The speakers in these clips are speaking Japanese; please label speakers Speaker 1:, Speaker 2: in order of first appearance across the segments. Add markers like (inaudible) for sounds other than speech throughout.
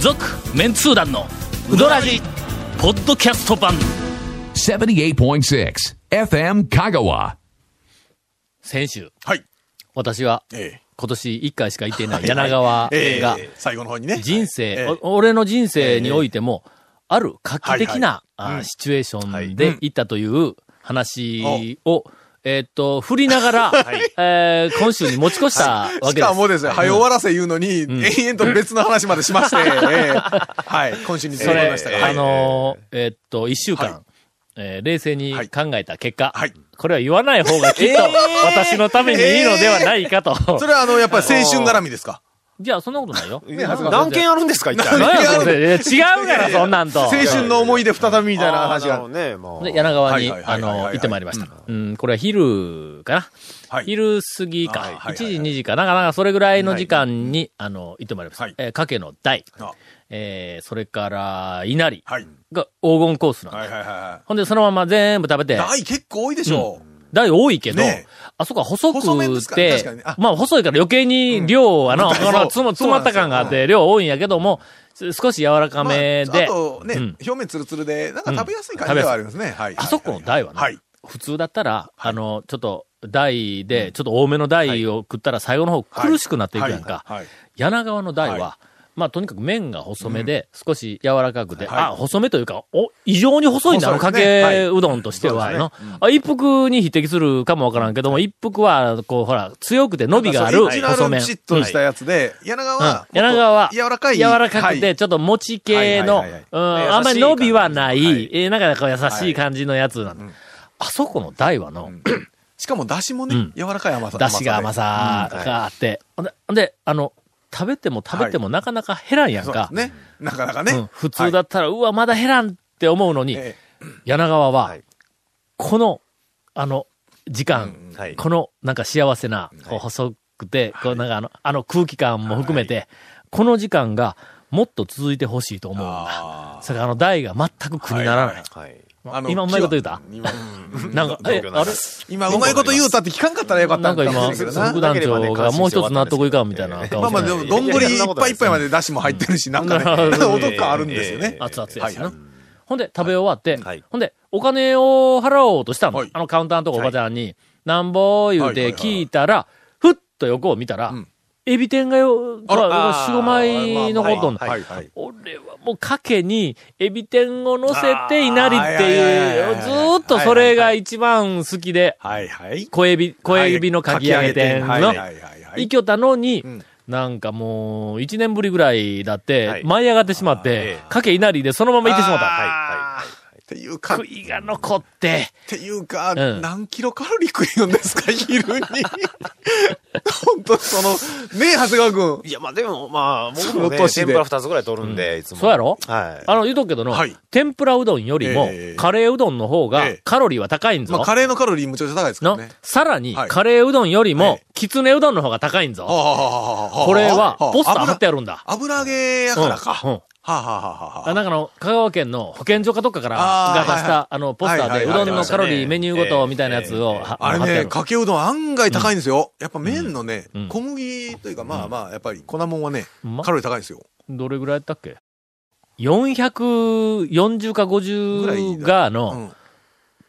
Speaker 1: 続メンツー団のウドラジポッドキャスト版
Speaker 2: 78.6 FM Kagawa.
Speaker 3: 先週、
Speaker 4: はい。
Speaker 3: 私は、
Speaker 4: ええ
Speaker 3: 今年1回しか行っていない柳
Speaker 4: (laughs)
Speaker 3: 川
Speaker 4: ええ
Speaker 3: が、
Speaker 4: 最後の方にね。
Speaker 3: 人生、
Speaker 4: ええ
Speaker 3: お俺の人生においても、ある画期的な、
Speaker 4: い
Speaker 3: あ
Speaker 4: うん
Speaker 3: シチュエーション
Speaker 4: は
Speaker 3: で
Speaker 4: い
Speaker 3: 行ったという話を、えーっと、振りながら、えー今週に持ち越したわけです。
Speaker 4: しかもですね、早終わらせ言うのに、
Speaker 3: ん
Speaker 4: 延々と別の話まで
Speaker 3: (laughs)
Speaker 4: しまして、ええはい、今週に
Speaker 3: そ
Speaker 4: 続き
Speaker 3: れ
Speaker 4: ました、
Speaker 3: あのー、えーっと、1週間、
Speaker 4: はい
Speaker 3: えー冷静に
Speaker 4: はい
Speaker 3: 考えた結果、
Speaker 4: はい
Speaker 3: これは言わない方がきっと、私のためにいいのではないかと。
Speaker 4: それはあの、やっぱり青春絡みですか
Speaker 3: じゃあ、そんなことないよ。
Speaker 5: 何件あるんです
Speaker 4: (laughs)
Speaker 5: か一体。
Speaker 3: 何や
Speaker 4: いや
Speaker 3: それいや違うから、そんなんと。
Speaker 4: 青春の思い出再びみたいな話が。
Speaker 5: あーなるほどね、
Speaker 3: で、
Speaker 5: まあ。
Speaker 3: 柳川に、
Speaker 4: はいは
Speaker 3: あ
Speaker 4: いはいはいはい
Speaker 3: の、行ってまいりました。うん、これは昼かな。
Speaker 4: はい
Speaker 3: 昼過ぎか、
Speaker 4: はいはいはい
Speaker 3: 1時、2時かな、なかなかそれぐらいの時間に、あの、行ってまいりました。
Speaker 4: はい
Speaker 3: えー、かけの台、
Speaker 4: あ
Speaker 3: えー、それから、稲荷
Speaker 4: はい。
Speaker 3: が黄金コースなんだ、
Speaker 4: はいはいはいは
Speaker 3: ほんで、そのまま全部食べ
Speaker 4: い。
Speaker 3: て、
Speaker 4: 大結構多いでしょう。
Speaker 3: 台多いけど、
Speaker 4: ねえ
Speaker 3: あそこは細
Speaker 4: 細麺で
Speaker 3: く
Speaker 4: すからね
Speaker 3: て
Speaker 4: 確かにねあ、
Speaker 3: まあ細いから余計に量はな、
Speaker 4: うん
Speaker 3: このつも詰まった感があって、量多いんやけども、少し柔らか
Speaker 4: まあ
Speaker 3: めで、
Speaker 4: あとね、
Speaker 3: うん
Speaker 4: 表面ツルツルで、なんか食べやすい感じではありますね。はい。
Speaker 3: あそこの台はね、
Speaker 4: はい。
Speaker 3: 普通だったら、あの、ちょっと、台で、ちょっと多めの台を食ったら最後の方苦しくなっていくやんか。
Speaker 4: はいはいはい
Speaker 3: 柳川の台は、
Speaker 4: は
Speaker 3: まあ、とにかく麺が細めで、少し柔らかくて、
Speaker 4: はい
Speaker 3: あ、細めというか、お、異常に細いんだ、あの、
Speaker 4: 細
Speaker 3: か
Speaker 4: いですね
Speaker 3: けうどんとしては、
Speaker 4: はい
Speaker 3: の、あ一服に匹敵するかもわからんけども、一服は、こう、ほら、強くて伸びがある
Speaker 4: オリジナ
Speaker 3: 細
Speaker 4: ル
Speaker 3: 麺。
Speaker 4: ピシッとし
Speaker 3: う
Speaker 4: た
Speaker 3: ん
Speaker 4: やつで、柳川
Speaker 3: うん
Speaker 4: は、
Speaker 3: 柳川は、
Speaker 4: 柔らかい。
Speaker 3: 柔らかく
Speaker 4: は
Speaker 3: て、
Speaker 4: い、
Speaker 3: ちょっと餅系の、う
Speaker 4: は
Speaker 3: ん
Speaker 4: いはいはいはい、
Speaker 3: あんまり伸びはない、
Speaker 4: はい
Speaker 3: えーなんかこう優しい感じのやつなんだ。あそこの台はの、
Speaker 4: しかも、だしもね、
Speaker 3: うん
Speaker 4: 柔らかい甘さ。
Speaker 3: 出汁が甘
Speaker 4: さ
Speaker 3: さがあって。ほんで、ほんであの、食べても食べてもなかなか減らんやん
Speaker 4: で。そうで
Speaker 3: か
Speaker 4: す。ね。なかなか
Speaker 3: うん
Speaker 4: ね。
Speaker 3: 普通だったら、うわ、まだ減らんって思うのに、
Speaker 4: え
Speaker 3: 柳川は
Speaker 5: はい、
Speaker 3: この、あの、時間、
Speaker 5: はい
Speaker 3: この、なんか幸せな、こう細くて、こうなんかあの、あの空気感も含めて、この時間が、もっと続いてほしいと思うんだ
Speaker 4: あ。
Speaker 3: それからあの、台が全く苦にならない。
Speaker 4: はい
Speaker 5: はい。
Speaker 4: あの
Speaker 3: 今うまいこと言うた
Speaker 4: 今、
Speaker 3: なんか、え、あれ
Speaker 4: 今うまいこと言うたって聞かんかったらよかった
Speaker 3: なんか
Speaker 4: かも
Speaker 3: 今、
Speaker 4: しれない
Speaker 3: 副
Speaker 4: けど
Speaker 5: 今
Speaker 3: 団長がもう一つ納得いかんみたいな顔
Speaker 4: まあまあ、
Speaker 3: して
Speaker 4: で
Speaker 3: る
Speaker 4: も、丼いっぱいいっぱいまでだしも入ってるし、なんか
Speaker 3: なる
Speaker 4: ね、
Speaker 3: ほ
Speaker 4: (laughs) お得感あるんですよ
Speaker 5: え
Speaker 4: ね
Speaker 5: え。
Speaker 3: 熱々やしな。
Speaker 4: はい
Speaker 3: ほんで、食べ終わって、
Speaker 5: はい
Speaker 3: ほんで、お金を払おうとしたの。
Speaker 4: はい
Speaker 3: あのカウンターのとこおばちゃんに、なんぼ言うて聞いたら、ふっと横を見たら、
Speaker 4: うん
Speaker 3: エビ天がよ、
Speaker 4: あら
Speaker 3: が4、5枚残っとんの。
Speaker 5: はいはい
Speaker 4: はい。
Speaker 3: 俺はもう賭けに、エビ天を乗せて稲荷って
Speaker 4: あ
Speaker 3: いう、
Speaker 4: ー
Speaker 3: ずーっとそれが一番好きで、
Speaker 4: はいはい。
Speaker 3: 小エビ、小エビのかき揚げ店
Speaker 4: はいは
Speaker 3: の
Speaker 4: い、はいはい。
Speaker 3: 行きよったのに、
Speaker 4: ん
Speaker 3: なんかもう、一年ぶりぐらいだって、
Speaker 5: はい
Speaker 3: 舞い上がってしまっ
Speaker 5: え
Speaker 3: て
Speaker 5: え、
Speaker 3: かけ稲荷でそのまま行ってしまった。
Speaker 4: あーっていうか、っ
Speaker 3: 悔いが残って、
Speaker 4: ていうか、
Speaker 3: うん
Speaker 4: 何キロカロリー食いよんですか、昼に。 (laughs) 本当その、ねえ、長谷川君。
Speaker 5: いや、まあでも、まあ、僕
Speaker 4: その
Speaker 5: もね、
Speaker 4: 年で
Speaker 5: 天ぷら二つぐらい取るんで、いつも。
Speaker 3: そうやろ
Speaker 5: はい。
Speaker 3: あの、言うとくけどの、
Speaker 4: はい
Speaker 3: 天ぷらうどんよりも
Speaker 4: ええ、
Speaker 3: カレーうどんの方が
Speaker 4: ええ、
Speaker 3: カロリーは高いんぞ。
Speaker 4: まあ、カレーのカロリーむちゃくちゃ高いですから
Speaker 3: の
Speaker 4: ね。
Speaker 3: さらに、
Speaker 4: はい
Speaker 3: カレーうどんよりも
Speaker 4: え、
Speaker 3: きつねうどんの方が高いんぞ。
Speaker 4: はあはあはあはあ
Speaker 3: これは、
Speaker 4: あ
Speaker 3: ポスター貼ってあるんだ。
Speaker 4: 油油揚げやからか。
Speaker 3: うんう
Speaker 4: は
Speaker 3: ん
Speaker 4: あはあはあは
Speaker 3: あ
Speaker 4: あ
Speaker 3: なんかあの、香川県の保健所かどっかから、
Speaker 4: あ
Speaker 3: が
Speaker 4: ー
Speaker 3: 出し
Speaker 4: はいは
Speaker 3: た、あの、ポスター
Speaker 4: はい
Speaker 3: で、う
Speaker 4: はいはい
Speaker 3: どんのカロリー、メニューごと、みたいなやつを、
Speaker 5: ええ
Speaker 3: は貼
Speaker 4: あ
Speaker 3: ってあ
Speaker 4: れね、
Speaker 3: る。
Speaker 4: かけうどん案外高いんですよ。やっぱ麺のね
Speaker 3: うん、
Speaker 4: 小麦というか、まあまあ、やっぱり粉もんはね
Speaker 3: うま、
Speaker 4: カロリー高いんですよ。
Speaker 3: どれぐらいやったっけ ?440 か
Speaker 4: ぐらい
Speaker 3: 50
Speaker 4: だ
Speaker 3: が
Speaker 4: う
Speaker 3: の、
Speaker 4: ん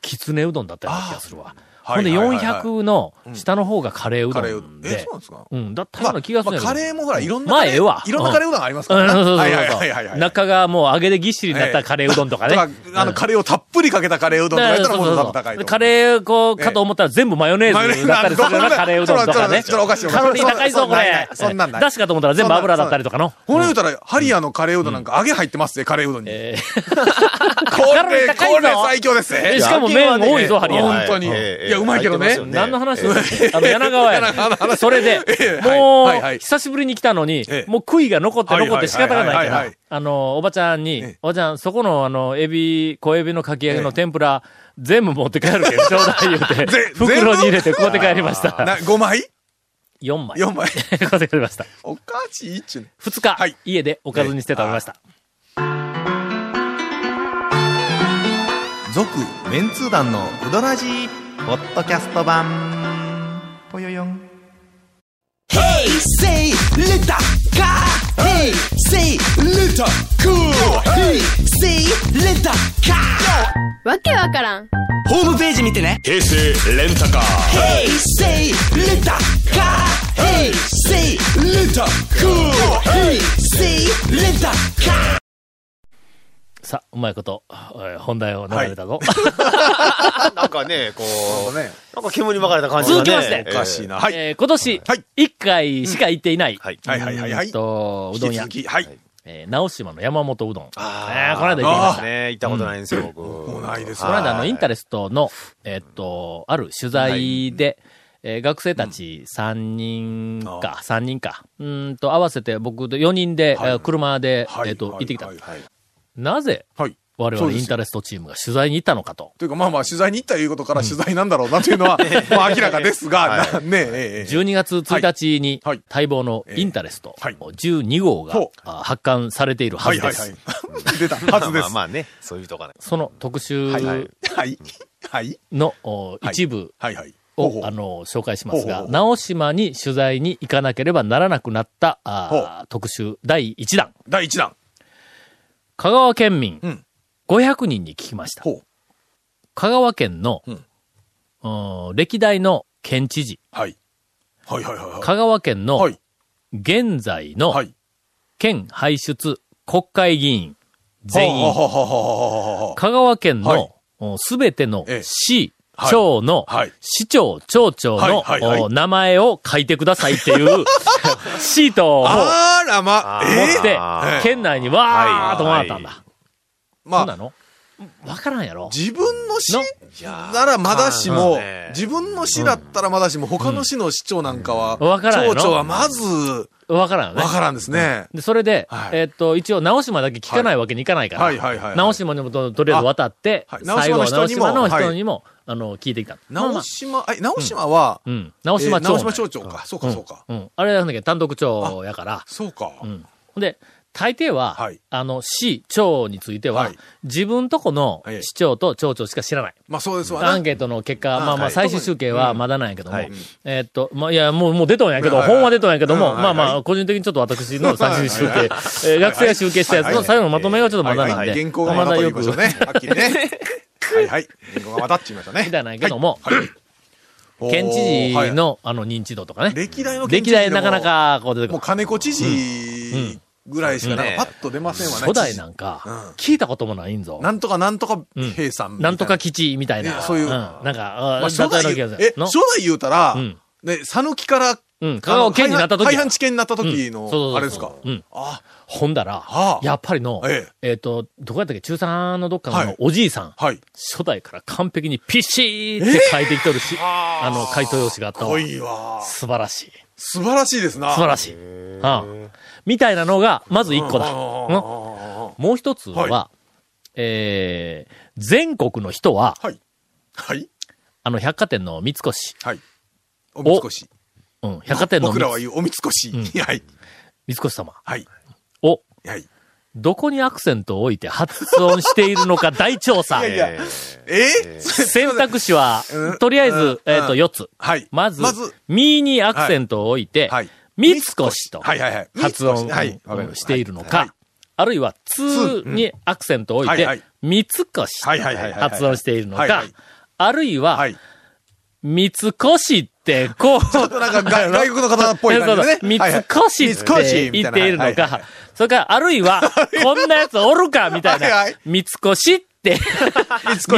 Speaker 3: きつねうどんだったような気がするわ。ほんで
Speaker 4: はいはいはいはい
Speaker 3: 400の下の方がカレーう
Speaker 4: カ
Speaker 3: ど
Speaker 4: レー
Speaker 3: ん、
Speaker 4: え、
Speaker 3: で
Speaker 4: そう、なんですか
Speaker 3: うん、だったよ
Speaker 4: ま
Speaker 3: う
Speaker 4: あ
Speaker 3: な気がするんやけど
Speaker 4: まあカレーもほら、いろんな。
Speaker 3: まあええわ
Speaker 4: いろんなカレーうどんありますか
Speaker 3: うん
Speaker 4: ら
Speaker 3: そうそうそう
Speaker 4: はいはいはいはい
Speaker 3: そ
Speaker 4: は
Speaker 3: う。
Speaker 4: い。
Speaker 3: 中がもう揚げでぎっしりになったカレーうどんとかね。
Speaker 4: とかあの、カレーをたっぷりかけたカレーうどんとかやったらも
Speaker 3: だ
Speaker 4: う
Speaker 3: から
Speaker 4: 高いと思う。
Speaker 3: カレー、こう、
Speaker 4: ええ
Speaker 3: かと思ったら全部マヨネーズだったりするようなカレーうどんとかね。
Speaker 4: ちょっとおかしいおかしい
Speaker 3: カロリー高いぞ、
Speaker 4: そん
Speaker 3: こ
Speaker 4: なん
Speaker 3: れ
Speaker 4: ない。そんなんない
Speaker 3: 出汁かと思ったら全部油だったりとかの。
Speaker 4: ほら言うたら、ハリアのカレーうどんなんか揚げ入ってますね、カレーうどんに。
Speaker 3: え
Speaker 4: (laughs) こ
Speaker 3: カロリー
Speaker 4: れ、
Speaker 3: 高いぞ
Speaker 4: これ最強です
Speaker 3: え
Speaker 4: ね
Speaker 3: し。かも麺多いぞ、ハリ
Speaker 4: いや
Speaker 3: ア。
Speaker 4: 本当に
Speaker 5: はい
Speaker 4: いやうまいけどね
Speaker 5: 入ってますよ
Speaker 3: 何の話を
Speaker 5: ええ
Speaker 3: してあの、柳川やね
Speaker 4: 柳川の話
Speaker 3: それで
Speaker 4: え、えはい
Speaker 3: も
Speaker 4: はいは
Speaker 3: う、
Speaker 4: い
Speaker 3: 久しぶりに来たのに
Speaker 4: ええ、
Speaker 3: もう悔いが残って残って仕方がな
Speaker 4: はいい
Speaker 3: か
Speaker 4: は
Speaker 3: ら
Speaker 4: いはいはいはい、
Speaker 3: あの、おばちゃん
Speaker 4: え
Speaker 3: に
Speaker 4: え、
Speaker 3: おばちゃん、そこのあの、エビ、小エビのかき揚げの天ぷら、全部持って帰る
Speaker 4: (laughs)
Speaker 3: けど、ちょうだい言うて
Speaker 4: ぜ、
Speaker 3: 袋に入れて買うて帰りました。 (laughs)
Speaker 4: な5枚
Speaker 3: 4枚。
Speaker 4: ?4 枚。
Speaker 3: (laughs) 買うて帰りました。
Speaker 4: おかしいっちゅうね。
Speaker 3: 2日、
Speaker 4: はい
Speaker 3: 家でおかずにして食べました。
Speaker 4: 続、
Speaker 6: メンツー団のウドラジーポッドキャスト版ぽよよん
Speaker 7: Hey, say, let up, car, Hey, say, letter, cool. Hey, say, letter, car.
Speaker 8: わけわからん
Speaker 7: ホームページ見てね。
Speaker 9: 平成レンタカー
Speaker 7: Hey, say, letter, car. Hey, say, letter, cool. Hey, say, letter, car.
Speaker 3: さあ、うまいこと、えー本題を流れたぞ。
Speaker 5: なんかね、こう、
Speaker 4: ね
Speaker 5: なんか煙に巻かれた感じが
Speaker 3: 続
Speaker 5: ね。
Speaker 3: きますね
Speaker 5: え
Speaker 4: お
Speaker 5: ー
Speaker 4: かしいな。はい。
Speaker 3: えー今年、
Speaker 4: はい
Speaker 3: 1回しか行っていない、
Speaker 5: はい。
Speaker 4: はいはいはいは
Speaker 3: えー
Speaker 4: い。
Speaker 3: っと、うどん屋
Speaker 4: 引、き続き、はい。
Speaker 3: えー直島の山本うどん。
Speaker 5: あ
Speaker 3: えー
Speaker 5: ー
Speaker 3: この間行ってきました。
Speaker 5: ね行ったことないんですよ、僕。も
Speaker 4: うないです
Speaker 3: この間、あの、インタレストの、えーっと、ある取材で、えー学生たち3人か、3人か、うーんと、合わせて僕と4人で、えー車で、
Speaker 4: はい
Speaker 3: えーっと、行ってきた
Speaker 4: は。いはい。
Speaker 3: なぜ、
Speaker 4: はい。
Speaker 3: 我
Speaker 4: そう
Speaker 3: 々
Speaker 4: で
Speaker 3: イ
Speaker 4: すよ
Speaker 3: ンタレストチームが取材に行ったのかと。
Speaker 4: というか、まあまあ、取材に行ったいうことから取材なんだろうなというのは、
Speaker 3: (laughs)
Speaker 4: まあ明らかですが、
Speaker 5: は
Speaker 4: なねえええ、ええ。
Speaker 3: 12月1日に
Speaker 4: はいはい
Speaker 3: 待望のインタレスト
Speaker 4: えはい
Speaker 3: 12号が
Speaker 4: ほう
Speaker 3: あ発刊されているは
Speaker 4: は
Speaker 3: ず
Speaker 4: いは
Speaker 3: で
Speaker 4: いは
Speaker 3: す。
Speaker 4: い。 (laughs) 出た
Speaker 3: (laughs)
Speaker 4: はずで
Speaker 5: まあ
Speaker 4: す。
Speaker 5: まあね、そういうとこね。
Speaker 3: その特集
Speaker 4: はい。はい。はい。
Speaker 3: のお
Speaker 4: はい
Speaker 3: 一部
Speaker 4: はいはい。ほうほ
Speaker 3: を
Speaker 4: う
Speaker 3: あの紹介します
Speaker 4: ほうほう
Speaker 3: が、
Speaker 4: ほう
Speaker 3: 直島に取材に行かなければならなくなったあ
Speaker 4: ほ
Speaker 3: ー特集第1弾。
Speaker 4: 第1弾。
Speaker 3: 香川県民
Speaker 4: うん
Speaker 3: 500人に聞きました。
Speaker 4: ほう。
Speaker 3: 香川県の
Speaker 4: うん
Speaker 3: うん歴代の県知事、
Speaker 4: はい。はいはいはいは
Speaker 3: 香川県
Speaker 4: い。は
Speaker 3: の
Speaker 4: い。
Speaker 3: 現在の
Speaker 4: はい。
Speaker 3: 県輩出国会議員全員
Speaker 4: ははははははは
Speaker 3: 香川県
Speaker 4: はい
Speaker 3: のすべての
Speaker 4: ええ
Speaker 3: 市、
Speaker 4: はい
Speaker 3: 町の
Speaker 4: はい、
Speaker 3: 市長、町長の
Speaker 4: はいはいはい
Speaker 3: お名前を書いてくださいっていう
Speaker 4: (laughs)
Speaker 3: シートを持
Speaker 4: あらま
Speaker 5: あ、ー
Speaker 4: え
Speaker 3: っ
Speaker 4: え
Speaker 3: て
Speaker 5: あー、
Speaker 3: 県内にわーっともらったん
Speaker 5: は
Speaker 3: だ。どうな
Speaker 4: まあ、
Speaker 3: のわからんやろ
Speaker 4: 自分の市
Speaker 3: の
Speaker 4: ならまだし
Speaker 5: わ
Speaker 4: も
Speaker 5: かんないね、
Speaker 4: 自分の市だったらまだしも、他の市の市長なんかは、
Speaker 3: うんわからんよ
Speaker 4: 町長はまず、
Speaker 3: わからんよね
Speaker 4: わ。からんですね。
Speaker 3: で、それで、
Speaker 4: はい
Speaker 3: えーっと、一応、直島だけ聞かないわけにいかないから、
Speaker 4: はいはいはいはい
Speaker 3: 直島にもととりあえず渡って、
Speaker 4: あはい直
Speaker 3: 最後
Speaker 4: 島の
Speaker 3: は直島の
Speaker 4: 人にも
Speaker 3: 人にも、あの、聞いてきた。
Speaker 4: 直島、え、直島は、
Speaker 3: まあまあうん。直
Speaker 4: え
Speaker 3: 島町
Speaker 4: ー
Speaker 3: 内。
Speaker 4: 直島町長か。そうかそうか。
Speaker 3: うん。あれなんだっけ、単独長やから、
Speaker 4: そうか。
Speaker 3: うん。ほんで、大抵は、
Speaker 4: はい
Speaker 3: あの、市、町については、
Speaker 4: はい
Speaker 3: 自分とこの
Speaker 4: ええ
Speaker 3: 市長と町長しか知らない。
Speaker 4: まあそうです
Speaker 3: ア
Speaker 4: わ
Speaker 3: ン
Speaker 4: ね。
Speaker 3: ケートの結果、
Speaker 4: あ
Speaker 3: まあまあ、
Speaker 4: はい
Speaker 3: 最終集計はまだなんやけども、
Speaker 5: はい
Speaker 3: えーっと、まあ、いや、もう、もう出とんやけど、
Speaker 4: はいはいはい
Speaker 3: 本は出とんやけども、
Speaker 4: うん
Speaker 3: まあま
Speaker 4: はい
Speaker 3: あ、個人的にちょっと私の最終集計、
Speaker 4: はいは
Speaker 3: えー学生が集計したやつの最後のまとめがちょっとまだなんで、
Speaker 4: 原稿が
Speaker 3: ま
Speaker 4: まだ
Speaker 3: だ
Speaker 4: とい
Speaker 3: よ
Speaker 4: うこ
Speaker 3: く、
Speaker 4: と
Speaker 3: み
Speaker 4: ね。はっき
Speaker 3: (laughs)
Speaker 4: りね。はいはい。原稿がまだって言いましたね。
Speaker 3: たいなんやけども、
Speaker 4: はい
Speaker 3: 県知
Speaker 4: おーは
Speaker 3: 事
Speaker 4: い
Speaker 3: の、あの、認知度とかね、
Speaker 4: 歴代の県
Speaker 3: 歴
Speaker 4: 知事で
Speaker 3: 代
Speaker 4: も
Speaker 3: なかな。か、こう出てく
Speaker 4: もう
Speaker 3: る。
Speaker 4: 金子知事ぐらいしかなんかパッと出ませんわね。
Speaker 3: 初代なんんか
Speaker 4: うん、
Speaker 3: 聞いたこともないんぞ。
Speaker 4: なんとかなんとか兵さんみたい
Speaker 3: なんとか基地みたいな。
Speaker 4: ねそういうん
Speaker 3: なん
Speaker 4: ま
Speaker 3: か、
Speaker 4: あ
Speaker 3: あ
Speaker 4: 初代
Speaker 3: だったよ
Speaker 4: 言
Speaker 3: うな
Speaker 4: う
Speaker 3: 気が
Speaker 4: え
Speaker 3: する、の
Speaker 4: 初代言うたら
Speaker 3: うん、
Speaker 4: ね、佐野木から、
Speaker 3: うん香川県になった時
Speaker 4: 廃藩地県になった時
Speaker 3: うんそうそうそう
Speaker 4: の、あれですか
Speaker 3: うん。
Speaker 4: あ、
Speaker 3: ほんだら
Speaker 4: はあ、
Speaker 3: やっぱりの、
Speaker 4: え
Speaker 3: えっと、どこやったっけ中3のどっか
Speaker 4: は
Speaker 3: の
Speaker 4: い
Speaker 3: おじいさん、
Speaker 4: はい。
Speaker 3: 初代から完璧にピシーって書いてきとるし、あの、回答用紙があったわ
Speaker 4: 濃いわ。
Speaker 3: 素晴らしい。
Speaker 4: 素晴らしいですな。
Speaker 3: 素晴らしい。ああみたいなのが、まず一個だ。のもう一つは
Speaker 4: は、
Speaker 3: えー全国の人は、
Speaker 4: はい。はい。
Speaker 3: あの、百貨店の三越、
Speaker 4: はい。おみつこし。
Speaker 3: うん、百貨店の
Speaker 4: 僕
Speaker 3: 三
Speaker 4: らは言うおみつこし。はい。
Speaker 3: 三越様
Speaker 4: はい。
Speaker 3: を、
Speaker 4: はい。
Speaker 3: どこにアクセントを置いて発音しているのか大調査。
Speaker 4: いや
Speaker 5: えー
Speaker 4: え
Speaker 3: 選択肢は
Speaker 4: う、ん
Speaker 3: とりあえず
Speaker 4: うん、
Speaker 3: えっと、
Speaker 4: うん
Speaker 3: 4つ。
Speaker 4: はい。
Speaker 3: まず
Speaker 4: まず、、
Speaker 3: ミーにアクセントを置いて
Speaker 4: はい、
Speaker 3: 三越と
Speaker 4: はいはいはい。
Speaker 3: 発音
Speaker 4: 三越はい。わか
Speaker 3: う
Speaker 4: りま
Speaker 3: ん
Speaker 4: し
Speaker 3: したているのか、あるいは、ツーにアクセントを置い
Speaker 4: はいは
Speaker 3: て
Speaker 4: い、
Speaker 3: 三越
Speaker 4: はいはいはいはい
Speaker 3: と
Speaker 4: はい
Speaker 3: 発音しているの
Speaker 4: はい
Speaker 3: か
Speaker 4: はい、
Speaker 3: あるい
Speaker 4: は
Speaker 3: は、
Speaker 4: い。
Speaker 3: 三越って、こう、
Speaker 4: ちょっとなん
Speaker 3: (laughs)
Speaker 4: かが外国の方っぽい感じでね。
Speaker 3: 三越って言っているのか、それから、あるいは、こんなやつおるか、みたい
Speaker 4: はいは、
Speaker 3: ない三越って、三
Speaker 4: 三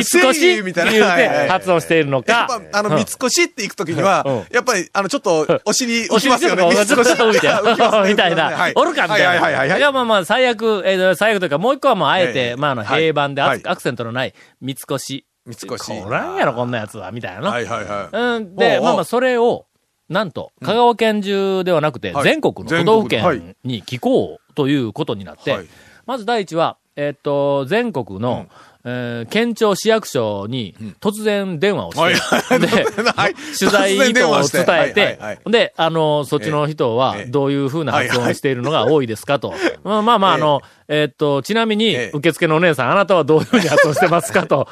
Speaker 3: 越
Speaker 4: 越
Speaker 3: って言
Speaker 4: みた
Speaker 3: っ
Speaker 4: いな
Speaker 3: て発音しているの
Speaker 4: やっ
Speaker 3: か
Speaker 4: ぱ、、あの、三越って行くときには、やっぱり、あの、ちょっと、お尻浮きますよね。
Speaker 3: お尻ちょっとちょっと浮いてる (laughs) みたい
Speaker 4: は
Speaker 3: な。おるかみたいな。
Speaker 4: はいはいはいはい
Speaker 3: いや、まあまあ、最悪、えー最悪というか、もう一個はもうあえ
Speaker 4: え
Speaker 3: て、
Speaker 4: え
Speaker 3: まああの、
Speaker 4: はい
Speaker 3: 平板でア
Speaker 4: はい
Speaker 3: クアクセントのない三越。
Speaker 4: 三越。
Speaker 3: おらんやろ、こんなやつは、みたいなの。
Speaker 4: はいはいはい。
Speaker 3: うん。で、
Speaker 4: おうおう
Speaker 3: まあまあ、それを、なんと、香川県中ではなくて、
Speaker 4: はい
Speaker 3: 全国の都道府県に聞こうということになって、
Speaker 4: はい
Speaker 3: まず第一は、えーっと、全国の、えー県庁市役所に突然電話を
Speaker 4: はい
Speaker 3: して、
Speaker 4: (laughs)
Speaker 3: で、
Speaker 4: はい
Speaker 3: (laughs) 取材意図を伝え
Speaker 4: はい
Speaker 3: て
Speaker 4: はいはい、
Speaker 3: で、あの、そっちの人は
Speaker 4: ええ
Speaker 3: どういうふうな発音をしているのが多いですかと。まあまあまあ、あの、えーっと、ちなみに
Speaker 4: ええ、
Speaker 3: 受付のお姉さん、あなたはどういうふうに発音してますか
Speaker 4: (laughs)
Speaker 3: と。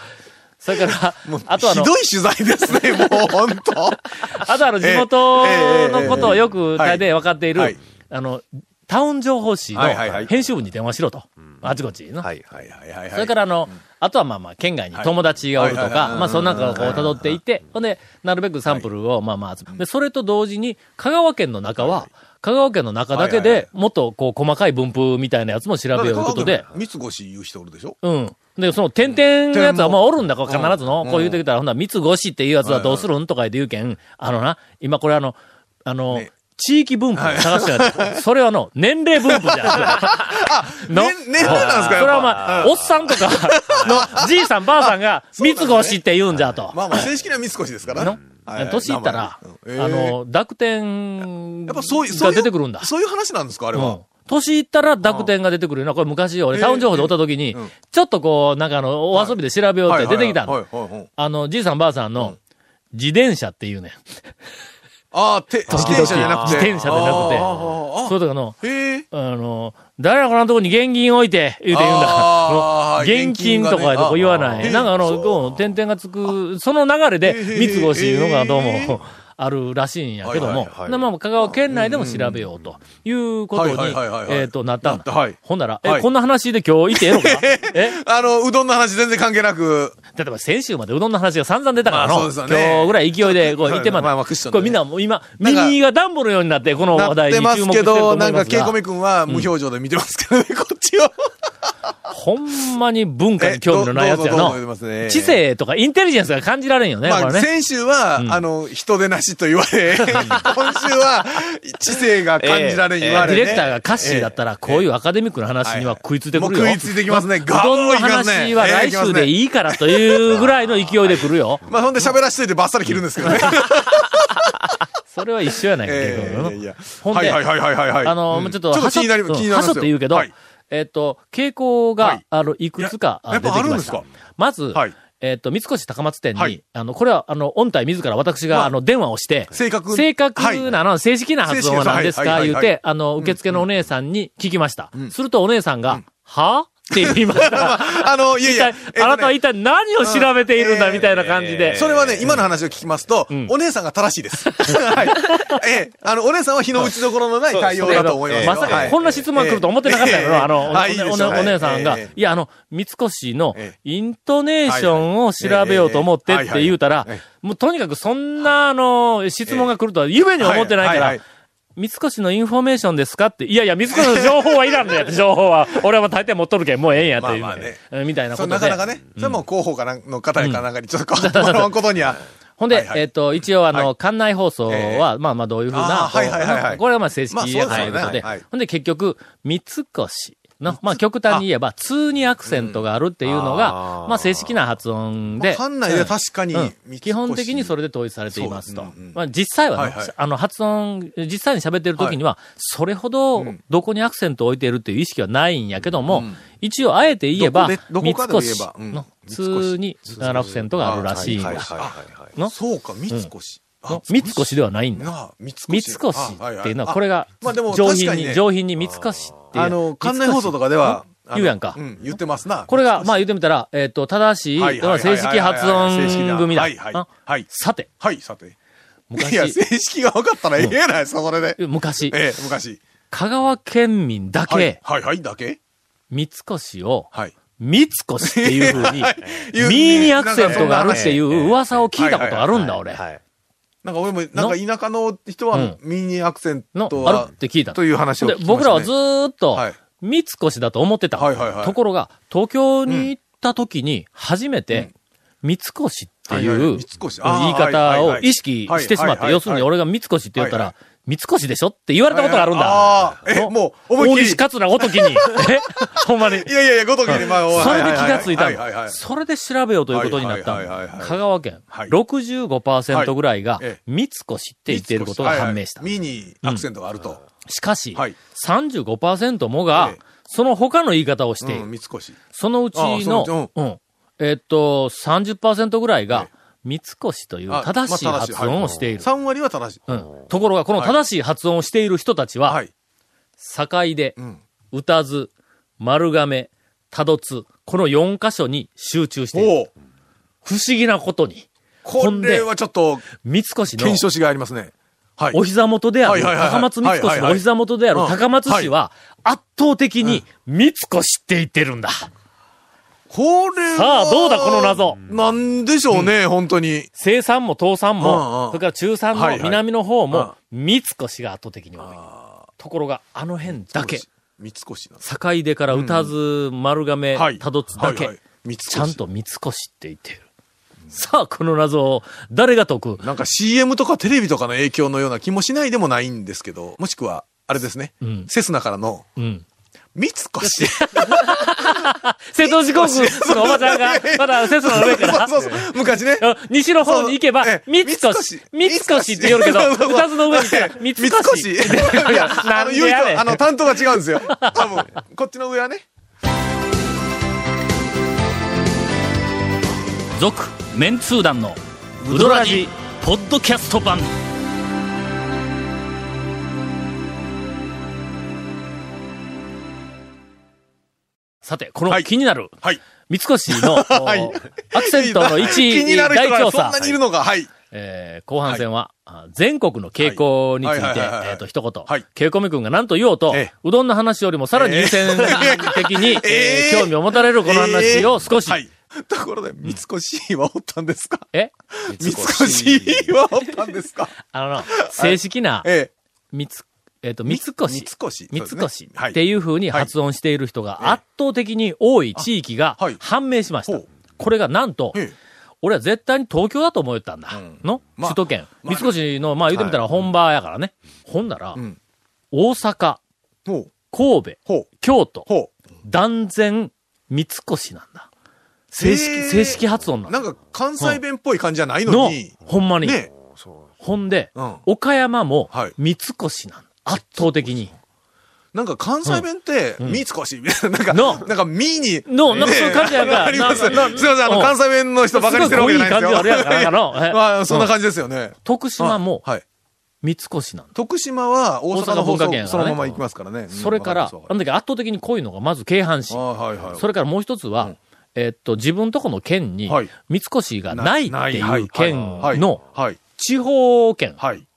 Speaker 3: それから、あとあの
Speaker 4: ひ、どい取材ですね、もう、ほん
Speaker 3: (laughs)
Speaker 4: と。
Speaker 3: あとあの地元のことをよく
Speaker 4: ええええええ
Speaker 3: 大体分かってい
Speaker 4: は
Speaker 3: る
Speaker 4: い、
Speaker 3: あの、タウン情報誌の
Speaker 4: はいはいはい
Speaker 3: 編集部に電話しろと。あちこちの。
Speaker 4: はいはいはいはいはい。
Speaker 3: それからあの、あとはまあまあ、県外に友達がおると
Speaker 4: はいはいはい
Speaker 3: か、まあその中をこう辿っていって、ほんで、なるべくサンプルをまあまあ集めで、それと同時に、香川県の中は、香川県の中だけ
Speaker 4: はいはい
Speaker 3: で、もっとこう細かい分布みたいなやつも調べようということで、
Speaker 4: 三越いう人おるでしょ
Speaker 3: うん。で、その、点々のやつは、まあ、おるんだから、必ずの。こう言うてきたら、ほんなら、三つ越っていうやつはどうするんとか言って言うけん、あのな、今これあの、あの、地域分布を探してない。それはの、年齢分布じゃん。の
Speaker 4: ね年齢なんすかやっぱ
Speaker 3: それはまあ、おっさんとか、の、じいさんばあさん
Speaker 4: (laughs)
Speaker 3: が、三つ越って言うんじゃと。
Speaker 4: まあまあ正式には三越ですから
Speaker 3: の
Speaker 4: ね。はいはい
Speaker 3: 年いったら、あ
Speaker 4: 名前うんえー
Speaker 3: の、濁点
Speaker 4: やっぱそういう、
Speaker 3: が出てくるんだ。
Speaker 4: そういうそういう話なんですか、あれ
Speaker 3: うん
Speaker 4: は。。
Speaker 3: 年いったら濁点が出てくるよな。これ昔俺、
Speaker 4: えー
Speaker 3: タウン情報でおった時に、ちょっとこう、なんかあの、お遊びで調べようって出てきた
Speaker 4: はい
Speaker 3: の。
Speaker 4: はいはいはいはい。
Speaker 3: あの、じいさんばあさんの、自転車っていうねん。
Speaker 4: ああ、て自
Speaker 3: 時々
Speaker 4: 転車じゃなくて。
Speaker 3: 自転車じゃなくて
Speaker 4: あーあーあー
Speaker 3: それとかの、
Speaker 4: へえ。
Speaker 3: あの、誰がこんなとこに現金置いて、言うて言うんだ。
Speaker 4: あー
Speaker 3: この現金とか
Speaker 4: 現金がね
Speaker 3: とこ言わ
Speaker 4: あ
Speaker 3: な
Speaker 4: ーえ
Speaker 3: い。
Speaker 4: ー
Speaker 3: なんかあの、こう、点々がつく、その流れで
Speaker 4: え、ー
Speaker 3: 三つ星いうのがどう
Speaker 4: え
Speaker 3: も
Speaker 4: ー、
Speaker 3: あるらしいんやけど
Speaker 4: はい
Speaker 3: も
Speaker 4: はいは、い
Speaker 3: なまあ、香川県内でも調べようということに
Speaker 4: はいはいはいはい、はい
Speaker 3: えっと、なったん
Speaker 4: なった
Speaker 3: だ。
Speaker 4: はい
Speaker 3: ほんなら、
Speaker 4: は
Speaker 3: え、
Speaker 4: い
Speaker 3: こんな話で今日いてええのか
Speaker 4: (laughs)
Speaker 3: え
Speaker 4: あの、うどんの話全然関係なく。
Speaker 3: 例えば先週までうどんの話が散々出たからの、
Speaker 4: まあそうで
Speaker 3: 今
Speaker 4: すよね
Speaker 3: 日ぐらい勢いでこう行ってまで、
Speaker 4: まあまあクッション
Speaker 3: こ
Speaker 4: で
Speaker 3: れみんなもう今、
Speaker 4: なんか
Speaker 3: 耳がダンボのようになって、この
Speaker 4: な
Speaker 3: 話題
Speaker 4: っ
Speaker 3: に
Speaker 4: てま
Speaker 3: 注
Speaker 4: す
Speaker 3: 目して
Speaker 4: け
Speaker 3: ると
Speaker 4: ど、
Speaker 3: 思いま
Speaker 4: な
Speaker 3: す
Speaker 4: ん
Speaker 3: が
Speaker 4: か、ケイコミ君は無表情で見てますけどね、こっちを。
Speaker 3: ほんまに文化に興味のないやつや
Speaker 4: えどう
Speaker 3: の
Speaker 4: ぞどうぞ言います、ね
Speaker 3: 知性とかインテリジェンスが感じられんよね、
Speaker 4: ま
Speaker 3: こ
Speaker 4: あ、
Speaker 3: れね。
Speaker 4: 先週は、あの、人でなしと言わ
Speaker 3: (laughs)
Speaker 4: れ、今週は、知性が感じられん言わ
Speaker 3: ディ
Speaker 4: れ、ね
Speaker 3: レクターがカッシーだったら、こういうアカデミックな話には食いついてくるよ。
Speaker 4: もう食いついてきますね
Speaker 3: う
Speaker 4: ガブ
Speaker 3: どんの
Speaker 4: いきますね
Speaker 3: 話は来週でいいからというぐらいの勢いで来るよ。
Speaker 4: まあ、ほんで喋らしといてばっさり切るんですけどね。
Speaker 3: それは一緒やないか、結
Speaker 4: え
Speaker 3: 局の
Speaker 4: えいやいや
Speaker 3: ほんで、
Speaker 4: はいはいはいはいはい。
Speaker 3: あの、
Speaker 4: うん
Speaker 3: もうちょっと、
Speaker 4: ちょっと
Speaker 3: はしょ
Speaker 4: 気になり
Speaker 3: うん
Speaker 4: 気になります
Speaker 3: は
Speaker 4: よ
Speaker 3: しょって言うけど
Speaker 4: はい、
Speaker 3: えっと、傾向
Speaker 4: は
Speaker 3: が
Speaker 4: い、
Speaker 3: あの、いくつか
Speaker 4: や
Speaker 3: あ
Speaker 4: や
Speaker 3: 出
Speaker 4: ってぱ
Speaker 3: き
Speaker 4: あるん
Speaker 3: ま
Speaker 4: で
Speaker 3: し
Speaker 4: す
Speaker 3: た
Speaker 4: か。
Speaker 3: まず
Speaker 4: はい、
Speaker 3: えっと、三越高松店
Speaker 4: は
Speaker 3: に
Speaker 4: い、
Speaker 3: あの、これは、あの、音体自ら私
Speaker 4: ま
Speaker 3: が、
Speaker 4: あ
Speaker 3: あの、電話をして、
Speaker 4: 正確
Speaker 3: 正確な、あの、正式な発音は何です
Speaker 4: 正式な
Speaker 3: か
Speaker 4: はい
Speaker 3: 言う
Speaker 4: はいはいは
Speaker 3: て
Speaker 4: い、
Speaker 3: あの、受付のお姉さんに聞きました。するとお姉さんが、はぁって言いました。
Speaker 4: あの、 (laughs) いやいや、
Speaker 3: 一体あなたは一体何を調べているんだ
Speaker 4: うん
Speaker 3: みたいな感じで。
Speaker 4: それはね、今の話を聞きますと、お姉さんが正しい
Speaker 3: (laughs)
Speaker 4: です。はい。ええ、あの、お姉さんは日の打ちどころのない対応だと思いますよ。
Speaker 3: まさか
Speaker 4: はい
Speaker 3: こんな質問が来ると思ってなかったや
Speaker 4: ええ
Speaker 3: ろ、あの、お
Speaker 4: はいいいですよ
Speaker 3: おおお姉さんが
Speaker 4: はいえ、
Speaker 3: いや、あの、三越の
Speaker 4: え
Speaker 3: イントネーションを調べようと思って
Speaker 4: はい
Speaker 3: っ
Speaker 4: はい
Speaker 3: て言うたら
Speaker 4: ええ、
Speaker 3: もうとにかくそんな、あの、質問が来るとは夢にも思ってないか
Speaker 4: は
Speaker 3: ら
Speaker 4: いはい、
Speaker 3: 三越のインフォメーションですかって、いやいや、三越の情報はいらんのやって、情報は。俺はもう大抵持っとるけん、もうええんやっていう
Speaker 4: まあまあ
Speaker 3: ね
Speaker 4: ね
Speaker 3: うんみたいなこ
Speaker 4: そ
Speaker 3: と
Speaker 4: う
Speaker 3: で。
Speaker 4: なかなかね、それはもう広報かなんの方やかなんかにちょっと変わってもらわんことには。
Speaker 3: ほんで、
Speaker 4: はいはい
Speaker 3: えっ、と、一応、あの、
Speaker 4: は
Speaker 3: 館内放送は、
Speaker 4: ええ
Speaker 3: まあまあ、どういうふうな、
Speaker 4: あーはいはいはいはい
Speaker 3: こうこれはまあ、正式
Speaker 4: まあそうです
Speaker 3: や
Speaker 4: よ
Speaker 3: と
Speaker 4: ね
Speaker 3: いうことで、
Speaker 4: はい
Speaker 3: ほんで、結局、三越の、まあ、極端に言えば、通にアクセントがあるっていうのが、まあ、正式な発音 (laughs) で、
Speaker 4: 館内で確かに
Speaker 3: うん、
Speaker 4: 三越
Speaker 3: 基本的にそれで統一されていますと。
Speaker 4: そううんうん
Speaker 3: まあ、実際はね、
Speaker 4: はいはい
Speaker 3: あの、発音、実際に喋ってる時には、それほど、どこにアクセントを置いているっていう意識はないんやけども、一応、あえて言えば、
Speaker 4: どこでど
Speaker 3: 三
Speaker 4: こ
Speaker 3: 越
Speaker 4: かで言えばうん
Speaker 3: の通にあのアクセントがあるらしいんだ。の
Speaker 4: そうか、三越。
Speaker 3: の三越ではないんだ。
Speaker 4: なあ、三越。
Speaker 3: 三越っていうのは、これが、上品に、上品に三越っていう。
Speaker 4: あの、館内放送とかでは、
Speaker 3: うん言うやんか
Speaker 4: う。ん、言ってますな。
Speaker 3: これが、まあ言ってみたら、えっと、正しい、
Speaker 4: はいはいはい
Speaker 3: 正式発音組だ
Speaker 4: はいはい。
Speaker 3: あ
Speaker 4: はい
Speaker 3: さて、
Speaker 4: はい、さて。いや、
Speaker 3: 昔、
Speaker 4: 正式が分かったらええやないですか、それで。
Speaker 3: 昔、
Speaker 4: ええ、昔。
Speaker 3: 香川県民だ
Speaker 4: はい
Speaker 3: け、、
Speaker 4: はい、はい、だけ
Speaker 3: 三越を、
Speaker 4: はい。
Speaker 3: 三越っていう風に、
Speaker 4: 言う
Speaker 3: ミーにアクセントがあるっていう噂を聞いたことあるんだ、俺。
Speaker 5: はい。
Speaker 4: なんか俺も、なんか田舎の人は、ミニアクセン
Speaker 3: の
Speaker 4: ト、
Speaker 3: あ
Speaker 4: は
Speaker 3: るって聞いたの。
Speaker 4: という話を聞きま
Speaker 3: で、
Speaker 4: したね
Speaker 3: 僕らはずーっと
Speaker 4: はい、
Speaker 3: 三越だと思ってた。
Speaker 4: はいはいはい
Speaker 3: ところが、東京に行った時に、初めて、三越ってい
Speaker 4: はいは
Speaker 3: う、
Speaker 4: い
Speaker 3: 言い
Speaker 4: 三越あーはい
Speaker 3: 方
Speaker 4: はい
Speaker 3: を
Speaker 4: はい
Speaker 3: 意識してしまっ
Speaker 4: はいはいは
Speaker 3: て、
Speaker 4: い
Speaker 3: 要するに俺が三越って言った
Speaker 4: は
Speaker 3: ら、三越でしょって言われたことがあるんだ。
Speaker 4: ああ、え、
Speaker 3: の
Speaker 4: もう、思
Speaker 3: 大
Speaker 4: いっき
Speaker 3: 西
Speaker 4: り。
Speaker 3: 桂ごとき
Speaker 4: (laughs)
Speaker 3: に。えほんまに
Speaker 4: い。やいやいや、ごときに、まあ、
Speaker 3: それで気がついた
Speaker 4: はいはいはい
Speaker 3: の。それで調べようということになった
Speaker 4: はいはいはいはいは
Speaker 3: の。
Speaker 4: い
Speaker 3: 香川県、
Speaker 4: はい
Speaker 3: 65%ぐらいが
Speaker 4: はいええ、
Speaker 3: 三越って言っていることが判明した
Speaker 4: は。いはいミニアクセントがあると。
Speaker 3: しかし、
Speaker 4: はい
Speaker 3: 35%もが
Speaker 4: ええ、
Speaker 3: その他の言い方をしている。
Speaker 4: うん、三越。
Speaker 3: そのうち
Speaker 4: あそのうち
Speaker 3: の、うん。えっと、30%ぐらいが、三越という
Speaker 4: あ
Speaker 3: 正しい
Speaker 4: まあ正しい
Speaker 3: 発音をしている。
Speaker 4: 3割は正しい。
Speaker 3: うん。ところが、この正しい発音をしている人たち
Speaker 4: は
Speaker 3: は、
Speaker 4: い。
Speaker 3: 境で
Speaker 4: ん、
Speaker 3: 歌津、丸亀、多度津、この4箇所に集中している。
Speaker 4: おう
Speaker 3: 不思議なことに、
Speaker 4: これはちょっと、
Speaker 3: 三越の
Speaker 4: 検証しがありますね。はい
Speaker 3: お膝元であ
Speaker 4: は
Speaker 3: る、
Speaker 4: いはいはいはい
Speaker 3: 高松三
Speaker 4: はい
Speaker 3: 越
Speaker 4: はい
Speaker 3: の
Speaker 4: はい
Speaker 3: お膝元である
Speaker 4: うん
Speaker 3: 高松市は、圧倒的に三越って言ってるんだ。
Speaker 4: これは
Speaker 3: さあどうだこの謎
Speaker 4: なんでしょうね、本当に。
Speaker 3: 生産も倒産
Speaker 4: うんう
Speaker 3: も、
Speaker 4: ん
Speaker 3: それから中産
Speaker 4: はいは
Speaker 3: の
Speaker 4: い
Speaker 3: 南の方も、三越が圧倒的に多い。ところが、あの辺だけ、
Speaker 4: 三越なんです。
Speaker 3: 境出から歌津、丸亀
Speaker 4: は、い
Speaker 3: たどつだ
Speaker 4: はいは
Speaker 3: け
Speaker 4: い、三越
Speaker 3: ちゃんと三越って言ってる。さあ、この謎を誰が解く
Speaker 4: なんか CM とかテレビとかの影響のような気もしないでもないんですけど、もしくは、あれですね、
Speaker 3: ん
Speaker 4: セスナからの、
Speaker 3: うん。
Speaker 4: 三越。
Speaker 3: 瀬戸時刻のおばちゃんが、まだセスナの上から。
Speaker 4: (laughs) そうそうそう昔ね。
Speaker 3: あ西の方に行けば
Speaker 4: そうえ、え
Speaker 3: 三越、三越って言うけど、
Speaker 4: そうそうそう
Speaker 3: 二つの上に行ったら、三
Speaker 4: 三
Speaker 3: 越。
Speaker 4: 越。いや、
Speaker 3: な
Speaker 4: あ
Speaker 3: ん
Speaker 4: の、
Speaker 3: で
Speaker 4: 唯一
Speaker 3: やねん
Speaker 4: あの、担当が違うんですよ。多分、こっちの上はね。
Speaker 1: 続メンツー団のウドラジポッドキャスト版
Speaker 3: さて、この気になる、
Speaker 4: はい。
Speaker 3: 三越
Speaker 4: (laughs)
Speaker 3: の、
Speaker 4: い
Speaker 3: アクセントの
Speaker 4: (laughs) 気に
Speaker 3: 1
Speaker 4: なる人
Speaker 3: 大調
Speaker 4: がそ
Speaker 3: 査
Speaker 4: んな、にいるのか。はい。
Speaker 3: えー後半戦は、あ全国の傾向につい
Speaker 4: はい
Speaker 3: て、
Speaker 4: はいはいはいはい
Speaker 3: えっと、一言、
Speaker 4: はい
Speaker 3: ケイコミ君が何と言おうと、
Speaker 4: ええ
Speaker 3: うどんの話よりもさらに優先的
Speaker 4: (laughs)
Speaker 3: に、
Speaker 4: え
Speaker 3: えー
Speaker 4: え
Speaker 3: 興味を持たれるこの話を少し、
Speaker 4: はい。ところで、三越はおったんですか
Speaker 3: え
Speaker 4: 三越はおったんですか
Speaker 3: (laughs) あのな、正式な、
Speaker 4: ええ。
Speaker 3: 三つ、えっ、と、三越。
Speaker 4: 三越そう
Speaker 3: 三
Speaker 4: ですね
Speaker 3: 越
Speaker 4: はい
Speaker 3: っていう風に発音している人が圧倒的に多い地域が
Speaker 4: あはい
Speaker 3: 判明しまし
Speaker 4: ほ
Speaker 3: た
Speaker 4: う。
Speaker 3: これがなんと、
Speaker 4: ええ
Speaker 3: 俺は絶対に東京だと思ったんだ。の、
Speaker 4: まあ
Speaker 3: 首都圏。三越の、まあ言ってみたら本場やからね。ほんなら、
Speaker 4: ん
Speaker 3: 大阪、
Speaker 4: ほう。
Speaker 3: 神戸、
Speaker 4: ほう。
Speaker 3: 京都、
Speaker 4: ほ
Speaker 3: 断然三越なんだ。正式、
Speaker 4: へえ
Speaker 3: 正式発音な
Speaker 4: う。
Speaker 3: んだ
Speaker 4: なん。か、関西弁っぽい感じじゃないの
Speaker 3: の
Speaker 4: に、、
Speaker 3: ほんまに。
Speaker 4: ね。
Speaker 3: ほんで、
Speaker 4: うん
Speaker 3: 岡山も
Speaker 4: はい
Speaker 3: 三越なんだ。圧倒的に。
Speaker 4: なんか関西弁って、三越 (laughs) みたいな、なんか、
Speaker 3: の
Speaker 4: なんか、ミーに、
Speaker 3: の、なんかそういう感じやんか。
Speaker 4: あります。す
Speaker 3: な
Speaker 4: み
Speaker 3: な
Speaker 4: ません、あ
Speaker 3: う
Speaker 4: の、関西弁の人ばかりしてるわけ (laughs) じゃないですよ。
Speaker 3: すごくいい感じあるやんかなんかのえ
Speaker 4: まあ、そんな感じですよね。
Speaker 3: 徳島も
Speaker 4: はい。
Speaker 3: 三越なんだ。
Speaker 4: 徳島は大阪の
Speaker 3: 大阪文
Speaker 4: 放
Speaker 3: 化
Speaker 4: 送
Speaker 3: 圏やからね
Speaker 4: そのまま行きますからね。うん
Speaker 3: それから、あの時圧倒的に濃いのがまず京阪市
Speaker 4: あ。はいはい。
Speaker 3: それからもう一つは、えっと、自分とこの県に
Speaker 4: はい
Speaker 3: 三越がないっていう県の
Speaker 4: はい。
Speaker 3: 地方県
Speaker 4: はい。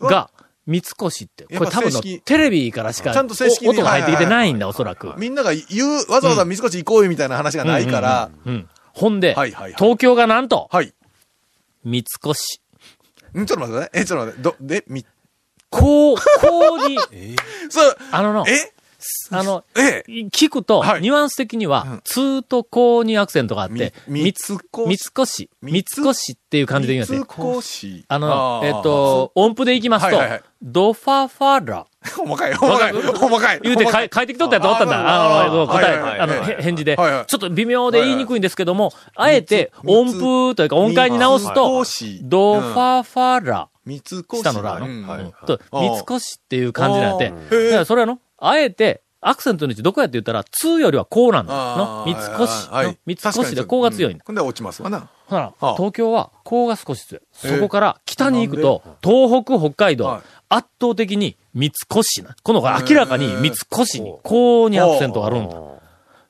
Speaker 3: が三越って、こ
Speaker 4: やっぱ
Speaker 3: れ多分の
Speaker 4: 正式
Speaker 3: テレビからしか
Speaker 4: ちゃんと正式に
Speaker 3: お音が入ってきてないんだ、おそらく。
Speaker 4: みんなが言う、わざわざ三越行こうよみたいな話がないから、
Speaker 3: うん。ほんで
Speaker 4: はいはいはい、
Speaker 3: 東京がなんと、
Speaker 4: はい。
Speaker 3: 三越。
Speaker 4: んちょっと待ってね。え、ちょっと待って。ど、で、み、
Speaker 3: こう、こ
Speaker 4: (laughs)
Speaker 3: うに、
Speaker 4: そう、
Speaker 3: あのの、
Speaker 4: え
Speaker 3: あの、
Speaker 4: え
Speaker 3: 聞くと、
Speaker 4: はい
Speaker 3: ニュアンス的に
Speaker 4: う
Speaker 3: は
Speaker 4: ん、
Speaker 3: つーとこうにアクセントがあって、
Speaker 4: み
Speaker 3: み
Speaker 4: み
Speaker 3: つ
Speaker 4: つ
Speaker 3: こ
Speaker 4: こ
Speaker 3: みつこし、み
Speaker 4: み
Speaker 3: つ
Speaker 4: つ
Speaker 3: こしっていう感じで言うん
Speaker 4: 三
Speaker 3: ですよ。
Speaker 4: 越。
Speaker 3: あの、
Speaker 4: ー
Speaker 3: えっ、、と、音符でいきますと
Speaker 4: はいはいはい、
Speaker 3: ドファファラ、
Speaker 4: (laughs) 細かい、細かい、細かい。
Speaker 3: 言うて
Speaker 4: 細
Speaker 3: か
Speaker 4: か
Speaker 3: い書いてきとったやと思ったんだ。
Speaker 4: あ
Speaker 3: あ
Speaker 4: ー
Speaker 3: の、
Speaker 4: はい
Speaker 3: 答え、
Speaker 4: はい
Speaker 3: あの、へ返事で、ち
Speaker 4: はいは
Speaker 3: ょ
Speaker 4: い
Speaker 3: っと微妙で言いにくいんですけども、あえて音符というか音階に直すと
Speaker 4: 三、越
Speaker 3: ドファファラ、
Speaker 4: 三越。
Speaker 3: 下のラの、
Speaker 4: うん
Speaker 3: うん
Speaker 4: は
Speaker 3: と、
Speaker 4: あー
Speaker 3: 三越っていう感じになって、
Speaker 4: あーへ
Speaker 3: だ
Speaker 4: ー
Speaker 3: からそれはの、あえて、アクセントの位置どこやって言ったら、通よりはこうなんだ
Speaker 4: あ
Speaker 3: よ。の
Speaker 4: ー
Speaker 3: 三越、
Speaker 4: はいは
Speaker 3: の
Speaker 4: い
Speaker 3: 三越でこうが強いんだ。
Speaker 4: ほんで落ちますわな。
Speaker 3: ほな
Speaker 4: あ
Speaker 3: 東京はこうが少し強い。
Speaker 4: えー
Speaker 3: そこから北に行くと、東北、北海道
Speaker 4: はい、
Speaker 3: 圧倒的に三越な。この方が明らかに三越に、こうにアクセントがあるんだ。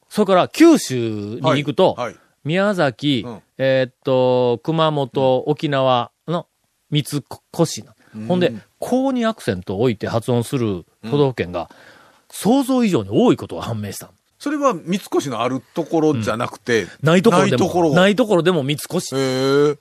Speaker 3: それから九州に行くと、
Speaker 4: はい。
Speaker 3: 宮崎、
Speaker 4: うん
Speaker 3: えーっと、熊本、沖縄の三越な。ほんで、こうにアクセントを置いて発音する都道府県が、想像以上に多いことが判明した。
Speaker 4: それは三越のあるところじゃなくて、
Speaker 3: ないところで
Speaker 4: ないところ
Speaker 3: も、
Speaker 4: を
Speaker 3: ないところでも三越。
Speaker 4: へえ。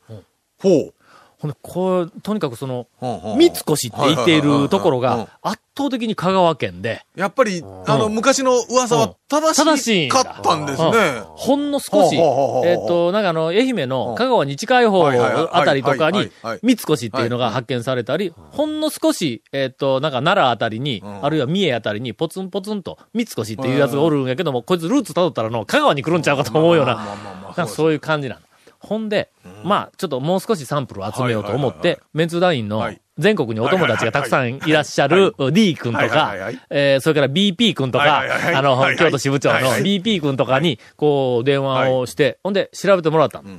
Speaker 4: ほう。
Speaker 3: ほんで、こう、とにかくその、
Speaker 4: ほうほう
Speaker 3: 三越って言っているところ
Speaker 4: はいはいはいはい
Speaker 3: が、圧倒的に香川県で、
Speaker 4: やっぱり、あの、昔の噂は
Speaker 3: 正
Speaker 4: 正
Speaker 3: しい
Speaker 4: し
Speaker 3: んだ
Speaker 4: かったんですね。
Speaker 3: ほんの少し、
Speaker 4: ほうほうほうほう
Speaker 3: えっと、なんかあの、愛媛の香川に近い方
Speaker 4: はいはいはい
Speaker 3: あたりとか
Speaker 4: はい
Speaker 3: に
Speaker 4: はいはい、
Speaker 3: 三越っていうのが発見されたり、ほんの少し、えっと、なんか奈良あたりに、
Speaker 4: ん
Speaker 3: あるいは三重あたりに、ポツンポツンと三越っていうやつがおるんやけども、こいつルーツ辿ったらの、香川に来るんちゃうかと思うような、なんかそういう感じなの。ほんで、まあ、ちょっともう少しサンプルを集めようと思っ
Speaker 4: はいはいはいは
Speaker 3: て、メンツ団員の
Speaker 4: はい
Speaker 3: 全国にお友達がたくさんいらっしゃる D 君とか
Speaker 4: はいはいはいはい、
Speaker 3: えーそれから BP 君とか
Speaker 4: はいはいは、い
Speaker 3: あの
Speaker 4: はいは、い
Speaker 3: 京都支部長
Speaker 4: はい
Speaker 3: の
Speaker 4: はい
Speaker 3: BP 君とかに、こう、電話をして、ほんで、調べてもらったの。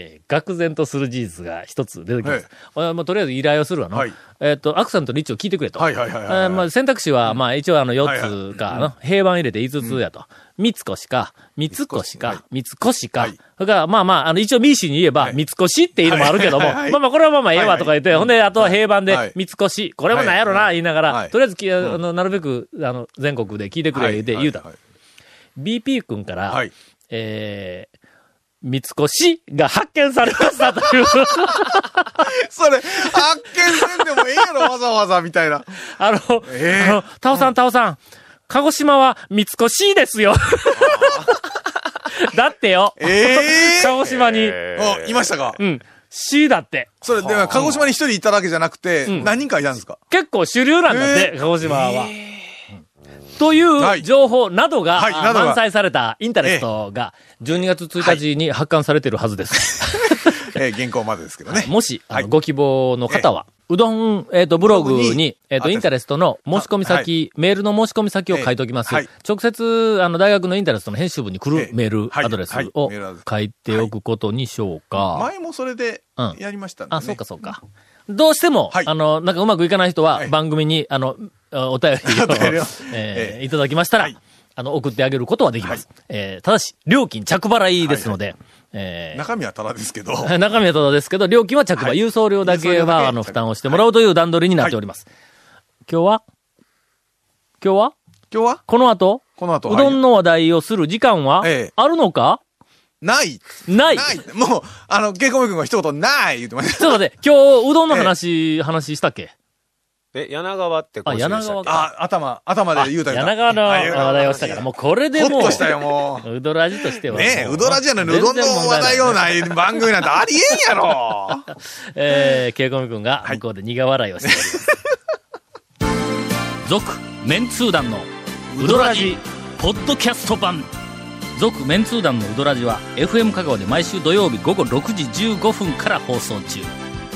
Speaker 3: えー、愕然とする事実が一つ出てきま
Speaker 4: は
Speaker 3: す
Speaker 4: い。
Speaker 3: 俺はもうとりあえず依頼をするわな。
Speaker 4: はい
Speaker 3: えっ、と、アクさんとリッチを聞いてくれと。
Speaker 4: はいはいはいはいはい
Speaker 3: えーまあ、選択肢は、まあ、一応あの
Speaker 4: はいはい
Speaker 3: 4つか、あの平板入れて5つやと。三越か、三越か、三越か。それから、まあまあ、あの、一応ミーシーに言えば、
Speaker 4: い
Speaker 3: 三越っていうのもあるけども、
Speaker 4: はいはいはい
Speaker 3: まあまあ、これはまあまあ、ええわとか言って、ほんで、あとは平板
Speaker 4: は
Speaker 3: で
Speaker 4: い、
Speaker 3: 三越、これもなんやろな、
Speaker 4: はい
Speaker 3: 言いながら、
Speaker 4: はい
Speaker 3: とりあえずき、あの、なるべく、あの、全国で聞いてくれ、言うて、言うた。
Speaker 4: はい
Speaker 3: BP 君から、
Speaker 4: はい。
Speaker 3: えー、三越が発見されましたという、
Speaker 4: それ、発見せんでもええやろ、わざわざ、みた
Speaker 3: (laughs)
Speaker 4: いな。
Speaker 3: あの、
Speaker 4: えー
Speaker 3: あの、タオさん、タオさん、鹿児島は三越ですよ。 (laughs) だってよ、
Speaker 4: ええ
Speaker 3: 鹿児島に、
Speaker 4: あ、いましたか
Speaker 3: うん、C だって。
Speaker 4: それ、でも、鹿児島に一人いただけじゃなくて、何人かいたんですか
Speaker 3: 結構主流なんだって、
Speaker 4: え
Speaker 3: 鹿児島は。とい
Speaker 4: は
Speaker 3: う
Speaker 4: い
Speaker 3: 情報などが、
Speaker 4: はい
Speaker 3: あ
Speaker 4: などが
Speaker 3: 満載されたインターネットが12月1日に発刊されてるはずです。
Speaker 4: えー、原稿までですけどね。
Speaker 3: もし、あの
Speaker 4: はい
Speaker 3: ご希望の方は、うどん、えっ、と、ブログ
Speaker 4: ブログ
Speaker 3: に
Speaker 4: に、
Speaker 3: えっ、と、インタレストの申し込み先、メールの申し込み先を書いておきます。
Speaker 4: ええはい
Speaker 3: 直接、あの、大学のインタレストの編集部に来
Speaker 4: え
Speaker 3: る
Speaker 4: え
Speaker 3: メール
Speaker 4: はい
Speaker 3: アドレス
Speaker 4: はい
Speaker 3: を
Speaker 4: メールアドレス
Speaker 3: 書いておくことにしようか。
Speaker 4: 前もそれで
Speaker 3: うん、
Speaker 4: やりましたんでね。
Speaker 3: あ、そうか、そうか。どうしても、
Speaker 4: はい
Speaker 3: あの、なんかうまくいかない人は
Speaker 4: は、い
Speaker 3: 番組に、あの、あお便りを
Speaker 4: (laughs) お便り
Speaker 3: え
Speaker 4: を、
Speaker 3: ー
Speaker 4: ええ
Speaker 3: いただきましたら、
Speaker 4: はい
Speaker 3: あの、送ってあげることはできます。えーただし、料金着払いですので、えー
Speaker 4: 中身はただですけど。
Speaker 3: (laughs) 中身はただですけど、料金は着払、、
Speaker 4: はいい
Speaker 3: 郵送料だけ
Speaker 4: 郵送料だけ
Speaker 3: は、あの、負担をしてもらうという段取りになっております。今日は今日は
Speaker 4: 今日は
Speaker 3: この後
Speaker 4: この後
Speaker 3: うどんの話題をする時間は、
Speaker 4: ええ
Speaker 3: あるのか
Speaker 4: ない
Speaker 3: ない (laughs)
Speaker 4: ないもう、あの、ケイコメ君が一言、ない言ってまし
Speaker 3: ちょっと待って、今日、うどんの
Speaker 4: (laughs)
Speaker 3: 話、話したっけ
Speaker 5: え、柳川って
Speaker 3: あ、
Speaker 5: 今週で
Speaker 3: 柳
Speaker 5: したっ
Speaker 3: 川
Speaker 5: け
Speaker 4: た。あ、頭、頭で言うた
Speaker 3: 柳川の話題をしたから、もうこれで
Speaker 4: ほ
Speaker 3: も
Speaker 4: っとしたよ、も
Speaker 3: (laughs)
Speaker 4: (laughs)
Speaker 3: う、うどらじとして
Speaker 4: う。
Speaker 3: は。
Speaker 4: ねえ、
Speaker 3: も
Speaker 4: うどらじやのにうどんの話題をない番組なんてありえんやろ
Speaker 3: えー、ケイコミ君が向こうで苦笑いをしております。
Speaker 1: 続メンツー団のウドラジポッドキャスト版続メンツー団のウドラジは FM 香川で毎週土曜日午後6時15分から放送中